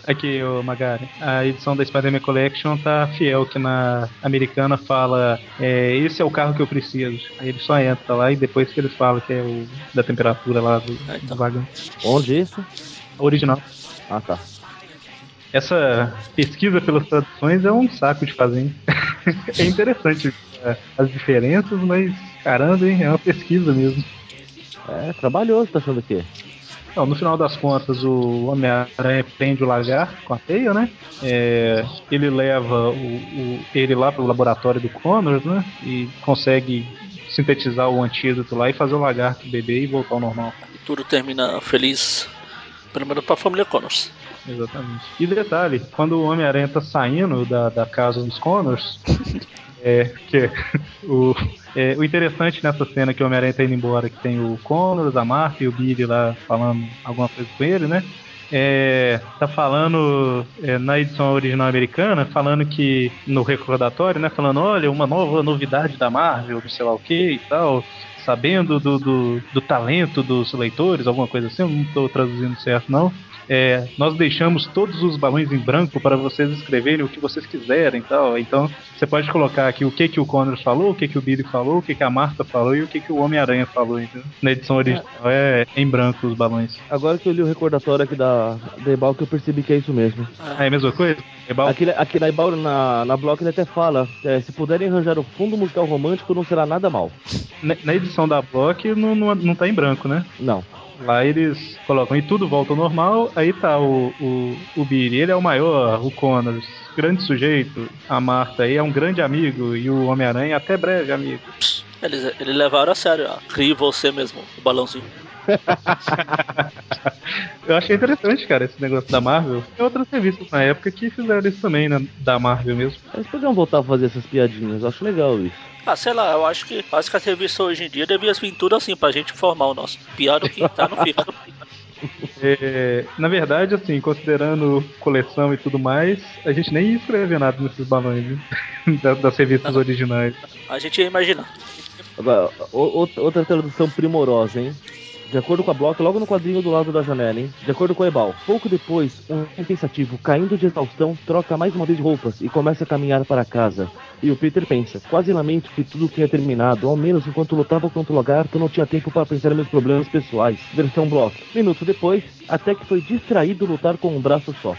S1: Aqui, ô Magari, a edição da Spider-Man Collection tá fiel que na americana fala é, esse é o carro que eu preciso. Aí ele só entra lá e depois que ele fala que é o da temperatura lá do,
S2: Ah, então.
S1: do vagão.
S3: Onde isso?
S1: Original.
S3: Ah, tá.
S1: Essa pesquisa pelas traduções é um saco de fazer. hein? é interessante é, as diferenças, mas caramba, hein? É uma pesquisa mesmo.
S3: É trabalhoso, tá achando o quê?
S1: Então, no final das contas, o Homem-Aranha prende o lagarto com a teia, né? É, ele leva o, o- ele lá pro laboratório do Connors, né? E consegue sintetizar o antídoto lá e fazer o lagarto beber e voltar ao normal.
S2: E tudo termina feliz, pelo menos pra família Connors.
S1: Exatamente. E detalhe, quando o Homem-Aranha tá saindo da, da casa dos Connors, é que o, é, o interessante nessa cena é que o Homem-Aranha tá indo embora, que tem o Connors, a Martha e o Billy lá falando alguma coisa com ele, né? é, tá falando é, na edição original americana, falando que no recordatório, né, falando, olha, uma nova novidade da Marvel, não sei lá o que e tal, sabendo do, do, do talento dos leitores, alguma coisa assim, eu não tô traduzindo certo não. É, nós deixamos todos os balões em branco para vocês escreverem o que vocês quiserem tal. Então, você pode colocar aqui o que, que o Connors falou, o que, que o Billy falou, o que, que a Marta falou e o que, que o Homem-Aranha falou. entendeu? Na edição original é em branco os balões.
S3: Agora que eu li o recordatório aqui da Debal, que eu percebi que é isso mesmo.
S1: É a mesma coisa? Ebal?
S3: Aqui, aqui na, Ebal- na, na Block ele até fala: é, se puderem arranjar um fundo musical romântico, não será nada mal.
S1: Na na edição da Block não, não, não tá em branco, né?
S3: Não.
S1: Lá eles colocam e tudo volta ao normal, aí tá o, o, o Billy, ele é o maior, o Connors, grande sujeito, a Marta aí é um grande amigo, e o Homem-Aranha até breve amigo.
S2: Pss, Eles, eles levaram a sério, ó. Crie você mesmo, o balãozinho.
S1: Eu achei interessante, cara, esse negócio da Marvel. Tem outras revistas na época que fizeram isso também, né? Da Marvel mesmo.
S3: Eles poderiam voltar a fazer essas piadinhas, eu acho legal isso.
S2: Ah, sei lá, eu acho que, acho que as revistas hoje em dia deviam vir tudo assim pra gente formar o nosso. Piada que tá no fica.
S1: É, na verdade, assim, considerando coleção e tudo mais, a gente nem ia escrever nada nesses balões viu? Da- das revistas originais.
S2: A gente ia imaginar.
S3: Agora, o- outra- outra tradução primorosa, hein? De acordo com a Block, logo no quadrinho do lado da janela, hein? De acordo com a Ebal, pouco depois, um homem pensativo, caindo de exaustão, troca mais uma vez de roupas e começa a caminhar para casa. E o Peter pensa, quase lamento que tudo tinha terminado, ao menos enquanto lutava contra o lagarto, não tinha tempo para pensar em meus problemas pessoais. Versão Block. Minuto depois, até que foi distraído lutar com um braço só.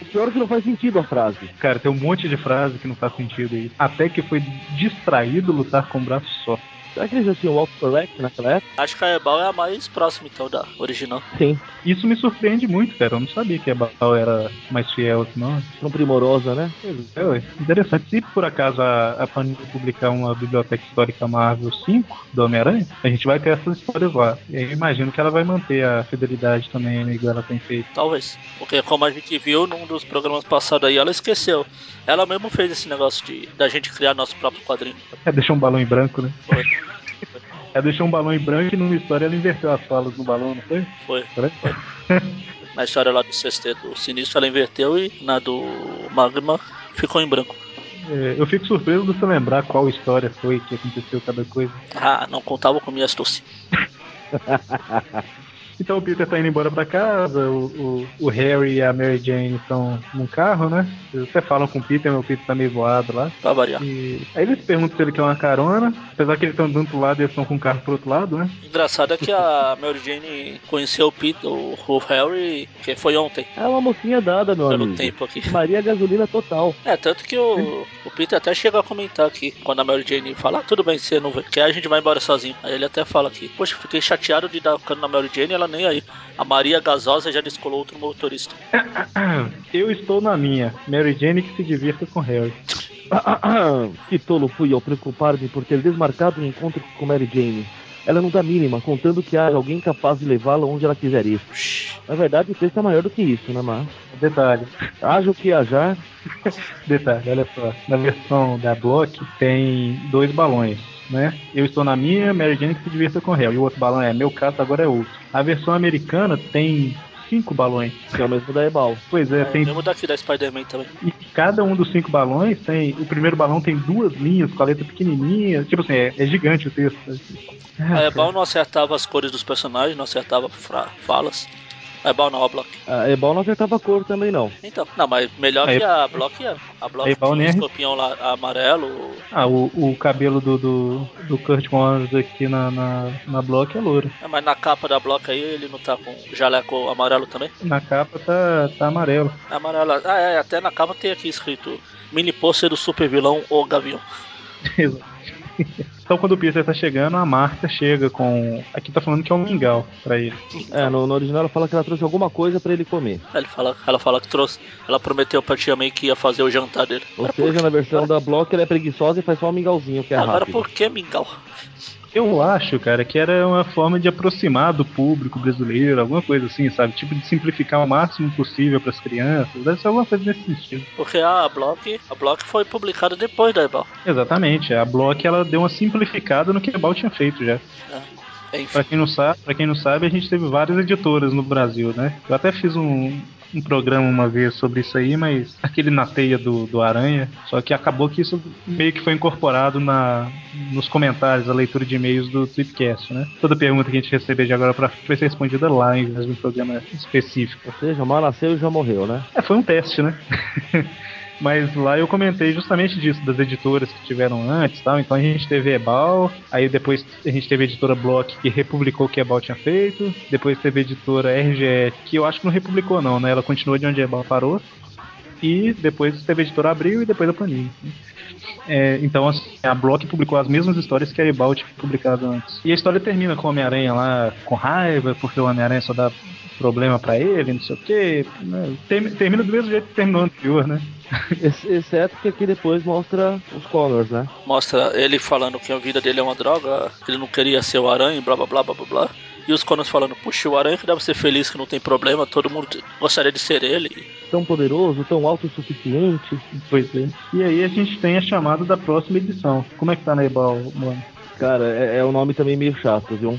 S3: o pior é que não faz sentido a frase.
S1: Cara, tem um monte de frase que não faz sentido aí. Até que foi distraído lutar com um braço só.
S3: Será que eles já tinham autocorrect naquela época?
S2: Acho que a Ebal é a mais próxima, então, da original.
S3: Sim.
S1: Isso me surpreende muito, cara. Eu não sabia que a Batal era mais fiel assim, não.
S3: Tão primorosa, né?
S1: Pois é, ué. interessante. Se por acaso a, a Panini publicar uma biblioteca histórica Marvel 5 do Homem-Aranha, a gente vai ter essas histórias lá. E aí eu imagino que ela vai manter a fidelidade também, né, igual ela tem feito.
S2: Talvez. Porque como a gente viu num dos programas passados aí, ela esqueceu. Ela mesma fez esse negócio de da gente criar nosso próprio quadrinho.
S1: É deixar um balão em branco, né?
S2: Foi,
S1: É deixar um balão em branco e numa história ela inverteu as falas no balão, não foi?
S2: foi.
S1: Tá vendo?
S2: Na história lá do sexteto do sinistro ela inverteu e na do magma ficou em branco.
S1: É, eu fico surpreso de você lembrar qual história foi que aconteceu cada coisa.
S2: Ah, não contava com minha astúcia.
S1: Então o Peter tá indo embora pra casa, o, o- o Harry e a Mary Jane estão num carro, né? Eles até falam com o Peter, mas o Peter tá meio voado lá.
S2: Pra variar.
S1: E aí eles perguntam se ele quer uma carona, apesar que eles estão andando pro lado e eles estão com o carro pro outro lado, né?
S2: Engraçado é que a Mary Jane conheceu o Pete, o, o Harry, que foi ontem,
S3: É uma mocinha dada, meu
S2: pelo
S3: amigo.
S2: tempo aqui.
S3: Maria Gasolina total.
S2: É, tanto que o, o Peter até chega a comentar aqui, quando a Mary Jane fala, ah, tudo bem, você não vem, que a gente vai embora sozinho. Aí ele até fala aqui, poxa, fiquei chateado de dar cano na Mary Jane ela nem aí. A Maria Gasosa já descolou outro motorista.
S1: Eu estou na minha. Mary Jane que se divirta com Harry.
S3: que tolo fui ao preocupar-me por ter desmarcado um encontro com Mary Jane. Ela não dá mínima, contando que há alguém capaz de levá-la onde ela quiser ir. Na verdade, o texto é maior do que isso, né, mas...
S1: Detalhe,
S3: Haja o que hajar,
S1: detalhe, olha só. Na versão da Block tem dois balões. Né? Eu estou na minha, Mary Jane que se divirta com Harry. E o outro balão é meu caso, agora é outro. A versão americana tem cinco balões.
S3: que é o mesmo da Ebal.
S1: Pois é,
S2: É,
S1: tem
S2: mesmo daqui da Spider-Man também.
S1: E cada um dos cinco balões tem. O primeiro balão tem duas linhas com a letra pequenininha. Tipo assim, é, é gigante o texto.
S2: A
S3: É
S1: É,
S2: Ebal É não acertava as cores dos personagens, não acertava fra- falas. A Ebal não, a Block.
S3: A Ebal não acertava a cor também, não.
S2: Então, não, mas melhor
S1: Aí-
S2: que a Block é. A Block
S1: A Ebal nem
S2: tinha o
S3: né?
S1: é-
S2: escorpião lá amarelo.
S1: Ah, o, o cabelo do, do, do Kurt Warner aqui na, na, na block é louro.
S2: É, Mas na capa da Block aí ele não tá com jaleco amarelo também?
S1: Na capa tá, tá amarelo.
S2: É amarelo. Ah, é, até na capa tem aqui escrito Mini pôster do super vilão ou Gavião.
S1: Exato. então quando o Peter tá chegando, a Marta chega com. Aqui tá falando que é um mingau pra ele.
S3: É, no, no original ela fala que ela trouxe alguma coisa pra ele comer.
S2: Ele fala, ela fala que trouxe. Ela prometeu pra tia May que ia fazer o jantar dele.
S3: Ou seja, na versão da Block, ela é preguiçosa e faz só um mingauzinho, que é
S2: Agora
S3: rápido.
S2: por que mingau?
S1: Eu acho, cara, que era uma forma de aproximar do público brasileiro, alguma coisa assim, sabe? Tipo de simplificar o máximo possível pras crianças. Deve ser alguma coisa nesse sentido.
S2: Porque a Block, a Block foi publicada depois da Ebal.
S1: Exatamente, a Block ela deu uma simplificada no que a Ebal tinha feito já.
S2: É, Enfim.
S1: Pra quem, não sabe, pra quem não sabe, a gente teve várias editoras no Brasil, né? Eu até fiz um, um programa uma vez sobre isso aí, mas aquele na teia do, do Aranha. Só que acabou que isso meio que foi incorporado na, nos comentários, a leitura de e-mails do Tweetcast, né? Toda pergunta que a gente receber de agora pra frente vai ser respondida lá, em vez de um programa específico.
S3: Ou seja, mal nasceu e já morreu, né?
S1: É, foi um teste, né? Mas lá eu comentei justamente disso, das editoras que tiveram antes tal. Então a gente teve Ebal, aí depois a gente teve a editora Block que republicou o que Ebal tinha feito, depois teve a editora RGE, que eu acho que não republicou não, né? Ela continuou de onde Ebal parou. E depois teve a editora Abril e depois a Panini. É, então assim, a Block publicou as mesmas histórias que a Ebal tinha publicado antes. E a história termina com o Homem-Aranha lá com raiva, porque o Homem-Aranha só dá problema pra ele, não sei o quê. né? Termi- Termina do mesmo jeito que terminou o anterior, né?
S3: Ex- Exceto que aqui depois mostra os Connors, né?
S2: Mostra ele falando que a vida dele é uma droga, que ele não queria ser o aranha, blá blá blá blá blá blá. E os Conans falando, puxa, o aranha que deve ser feliz, que não tem problema, todo mundo gostaria de ser ele.
S3: Tão poderoso, tão autossuficiente.
S1: Pois é. E aí a gente tem a chamada da próxima edição. Como é que tá na Ebal, mano?
S3: Cara, é, é um nome também meio chato, viu?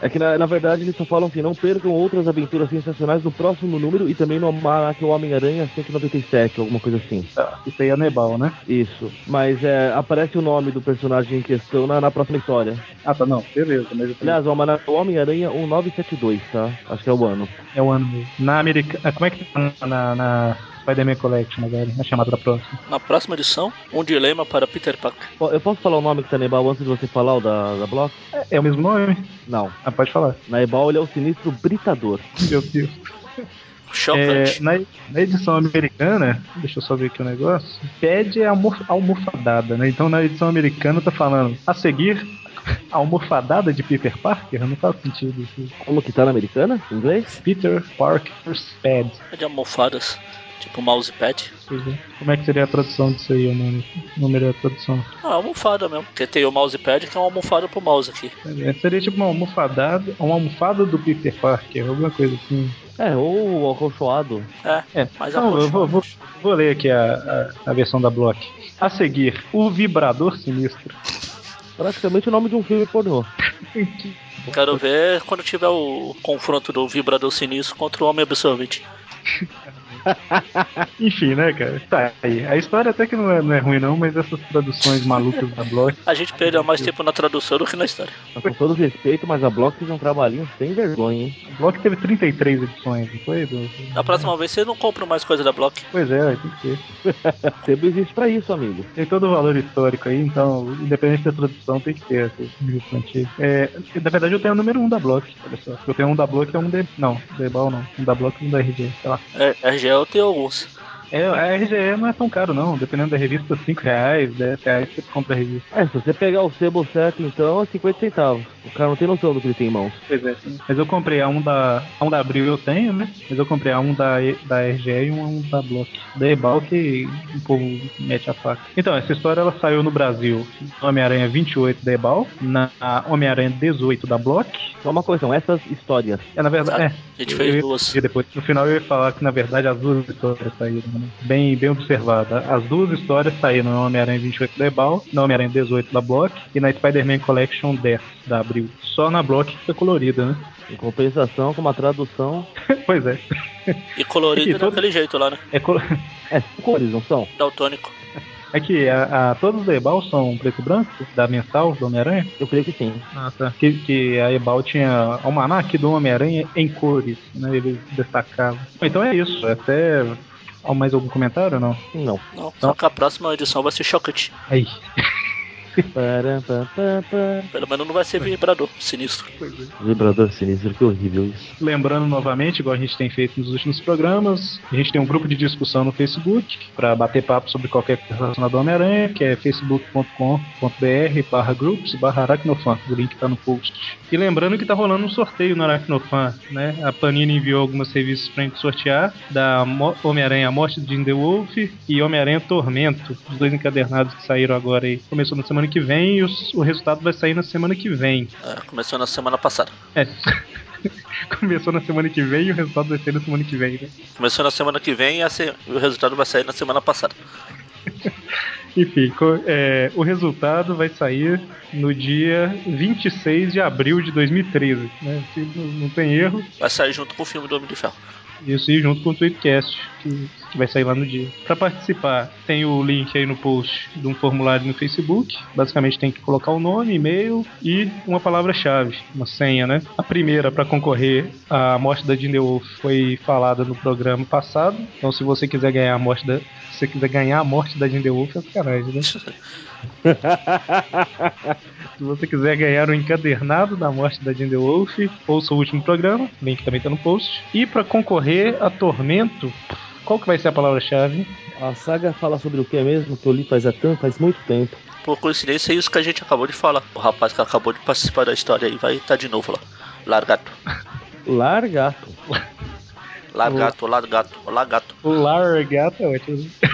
S3: É que na, na verdade eles só falam que não percam outras aventuras sensacionais no próximo número e também no Almanac Homem-Aranha 197, alguma coisa assim.
S1: Tá, Isso aí é a Nebal, né?
S3: Isso. Mas é, aparece o nome do personagem em questão na, na próxima história.
S1: Ah, tá, não. Beleza, mas eu tenho-
S3: Aliás, o Almanac Homem-Aranha 1972, tá? Acho que é o ano.
S1: é o ano mesmo. Na Americana. Como é que tá na, na Spider-Man Collection agora? A chamada da próxima.
S2: Na próxima edição, um dilema para Peter Parker.
S3: Po- Eu posso falar o nome que tá na Ebal antes de você falar o da, da Block?
S1: É, é o mesmo nome?
S3: Não.
S1: Ah, pode falar.
S3: Na Ebal ele é o sinistro britador.
S1: Meu Deus. É,
S2: Chocante.
S1: na, É, na edição americana, deixa eu só ver aqui o negócio. Pede a almof- almofadada, né? Então na edição americana tá falando a seguir a almofadada de Peter Parker? Não faz sentido isso.
S3: Como que tá na americana? Em inglês?
S1: Peter Parker's Pad.
S2: É. De almofadas, tipo mousepad.
S1: Pois é. Como é que seria a tradução disso aí, o nome? O número da tradução?
S2: Ah, almofada mesmo. Porque tem o mousepad que é uma almofada pro mouse aqui.
S1: É, Seria tipo uma almofadada, uma almofada do Peter Parker, alguma coisa assim.
S3: É, ou o acolchoado.
S2: É,
S1: É,
S2: Mas
S1: então,
S2: a
S1: eu vou, vou, vou ler aqui a, a, a versão da Block. A seguir, o vibrador sinistro.
S3: Praticamente o nome de um filme pornô.
S2: quero ver quando tiver o confronto do vibrador sinistro contra o homem absorvente.
S1: Enfim, né, cara? Tá aí. A história até que não é, não é ruim, não, mas essas traduções malucas da Block.
S2: A gente perdeu mais tempo na tradução do que na história.
S3: Mas Tá Com todo respeito, mas a Block fez um trabalhinho sem vergonha, hein?
S1: A Block teve 33 edições, não foi? Du?
S2: Na próxima vez você não compra mais coisa da Block.
S1: Pois é, tem que ser.
S3: É, Sebo existe pra isso, amigo.
S1: Tem todo o valor histórico aí, então, independente da tradução, tem que ter assim, esse livro antigo. É, na verdade, eu tenho o número 1 da Block, olha só. Eu tenho um da Block e um de. Não, Debal não. Um da Block e um da RG, sei lá.
S2: É, RGL tem alguns.
S1: É, a RGE não é tão caro, não. Dependendo da revista, 5 reais, 10 reais você compra a revista.
S3: É, se você pegar o sebo certo, então é 50 centavos. O cara não tem noção do que ele tem em mãos.
S1: Pois é, sim. Mas eu comprei a 1 da. A 1 da Abril eu tenho, né? Mas eu comprei a 1 da, E- da RGE e uma 1 da Block. Da Ebal que o povo mete a faca. Então, essa história ela saiu no Brasil. Homem-Aranha 28 da Ebal, na Homem-Aranha 18 da Block.
S3: Só uma coisa, são essas histórias.
S1: É, na verdade, é.
S2: A gente
S1: Eu
S2: fez
S1: ia
S2: duas.
S1: corrigir depois. No final eu ia falar que, na verdade, as duas histórias saíram, né? Bem, bem observada. As duas histórias saíram no Homem-Aranha 28 da Ebal, no Homem-Aranha 18 da Block e na Spider-Man Collection 10 da Abril. Só na Block que fica colorida, né?
S3: Em compensação, com uma tradução.
S1: pois é.
S2: E colorido
S1: E todo-
S2: daquele jeito lá, né?
S1: É, colo-
S3: É, são cores, não são?
S2: Daltônico.
S1: é que a, a- todas as Ebal são preto e branco, da mensal do Homem-Aranha.
S3: Eu creio que sim.
S1: Ah, tá. Que, que a Ebal tinha almanac do Homem-Aranha em cores, né? Eles destacavam. Bom, Então é isso. Até. há Mais algum comentário ou não?
S3: Não.
S2: Não, só que a próxima edição vai ser chocante.
S1: Aí.
S3: Pará, pá, pá, pá.
S2: Pelo menos não vai ser vibrador sinistro.
S3: Vibrador sinistro, que horrível isso.
S1: Lembrando novamente, igual a gente tem feito nos últimos programas, a gente tem um grupo de discussão no Facebook para bater papo sobre qualquer coisa relacionada ao Homem-Aranha, que é facebook.com.br barra groups barra aracnofan. O link está no post. E lembrando que tá rolando um sorteio no Aracnofan, né? A Panini enviou algumas revistas pra gente sortear, da Mo- Homem-Aranha A Morte de Jim The Wolf e Homem-Aranha Tormento, os dois encadernados que saíram agora aí. Começou na semana que vem e os- o resultado vai sair na semana que vem.
S2: É, começou na semana passada.
S1: É. Começou na semana que vem e o resultado vai ser na semana que vem, né?
S2: Começou na semana que vem e a se- e o resultado vai sair na semana passada.
S1: Enfim, co- é, o resultado vai sair no dia 26 de abril de 2013, né? Se não, não tem erro,
S2: Vai sair junto com o filme do Homem de Ferro.
S1: isso aí junto com o Tweetcast, que, que vai sair lá no dia. Para participar, tem o link aí no post de um formulário no Facebook. Basicamente tem que colocar o nome, e-mail e uma palavra-chave, uma senha, né? A primeira para concorrer à amostra da Disney Wolf foi falada no programa passado. Então se você quiser ganhar a amostra, se você quiser ganhar a morte da Disney Wolf, é sacanagem, né? Se você quiser ganhar o encadernado da morte da Jinder Wolf, ouça o último programa, o link também tá no post. E para concorrer a Tormento, qual que vai ser a palavra-chave?
S3: A saga fala sobre o que mesmo que eu li faz, há tanto, faz muito tempo.
S2: Por coincidência, é isso que a gente acabou de falar. O rapaz que acabou de participar da história aí vai estar de novo lá. Largato.
S3: Largato.
S2: Largato, largato, largato.
S1: O Largato é ótimo. né?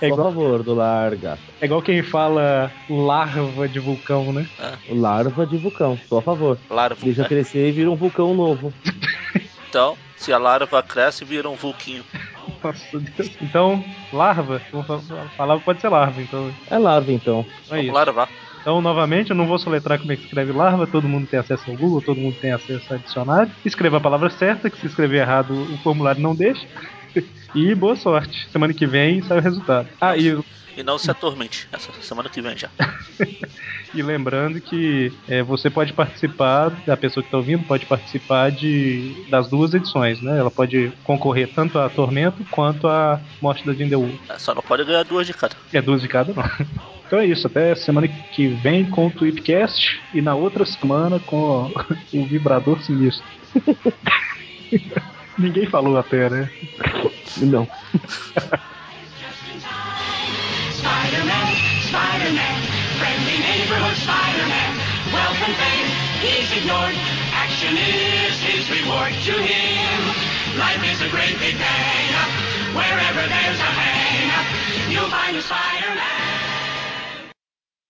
S1: É
S3: Por
S1: igual,
S3: favor, do largato.
S1: é igual quem fala larva de vulcão, né?
S3: Larva de vulcão, sou a favor.
S2: Larvo.
S3: Deixa
S2: né?
S3: crescer e vira um vulcão novo.
S2: Então, se a larva cresce, vira um vulquinho.
S1: Nossa Deus. Então, larva, vamos fa- a palavra pode ser larva, então
S3: É larva então.
S1: é
S2: Vamos
S1: isso.
S2: larvar.
S1: Então, novamente, eu não vou soletrar como é que escreve larva, todo mundo tem acesso ao Google, todo mundo tem acesso a dicionário. Escreva a palavra certa, que se escrever errado o formulário não deixa. E boa sorte. Semana que vem sai o resultado. Ah, e,
S2: E não se atormente. Essa semana que vem já.
S1: e lembrando que é, você pode participar, a pessoa que está ouvindo pode participar de, das duas edições, né? Ela pode concorrer tanto a Tormento quanto a Morte da Vindewu.
S2: É, Só não pode ganhar duas de cada.
S1: É duas de cada, não. Então é isso, até semana que vem com o Tweepcast e na outra semana com o Vibrador Sinistro. Ninguém falou até, né?
S3: Não.
S4: Spider-Man, Spider-Man, friendly neighborhood Spider-Man. Welcome fame, he's ignored. Action is his reward to him. Life is a great big hang-up. Wherever there's a hang-up, you'll find a Spider-Man.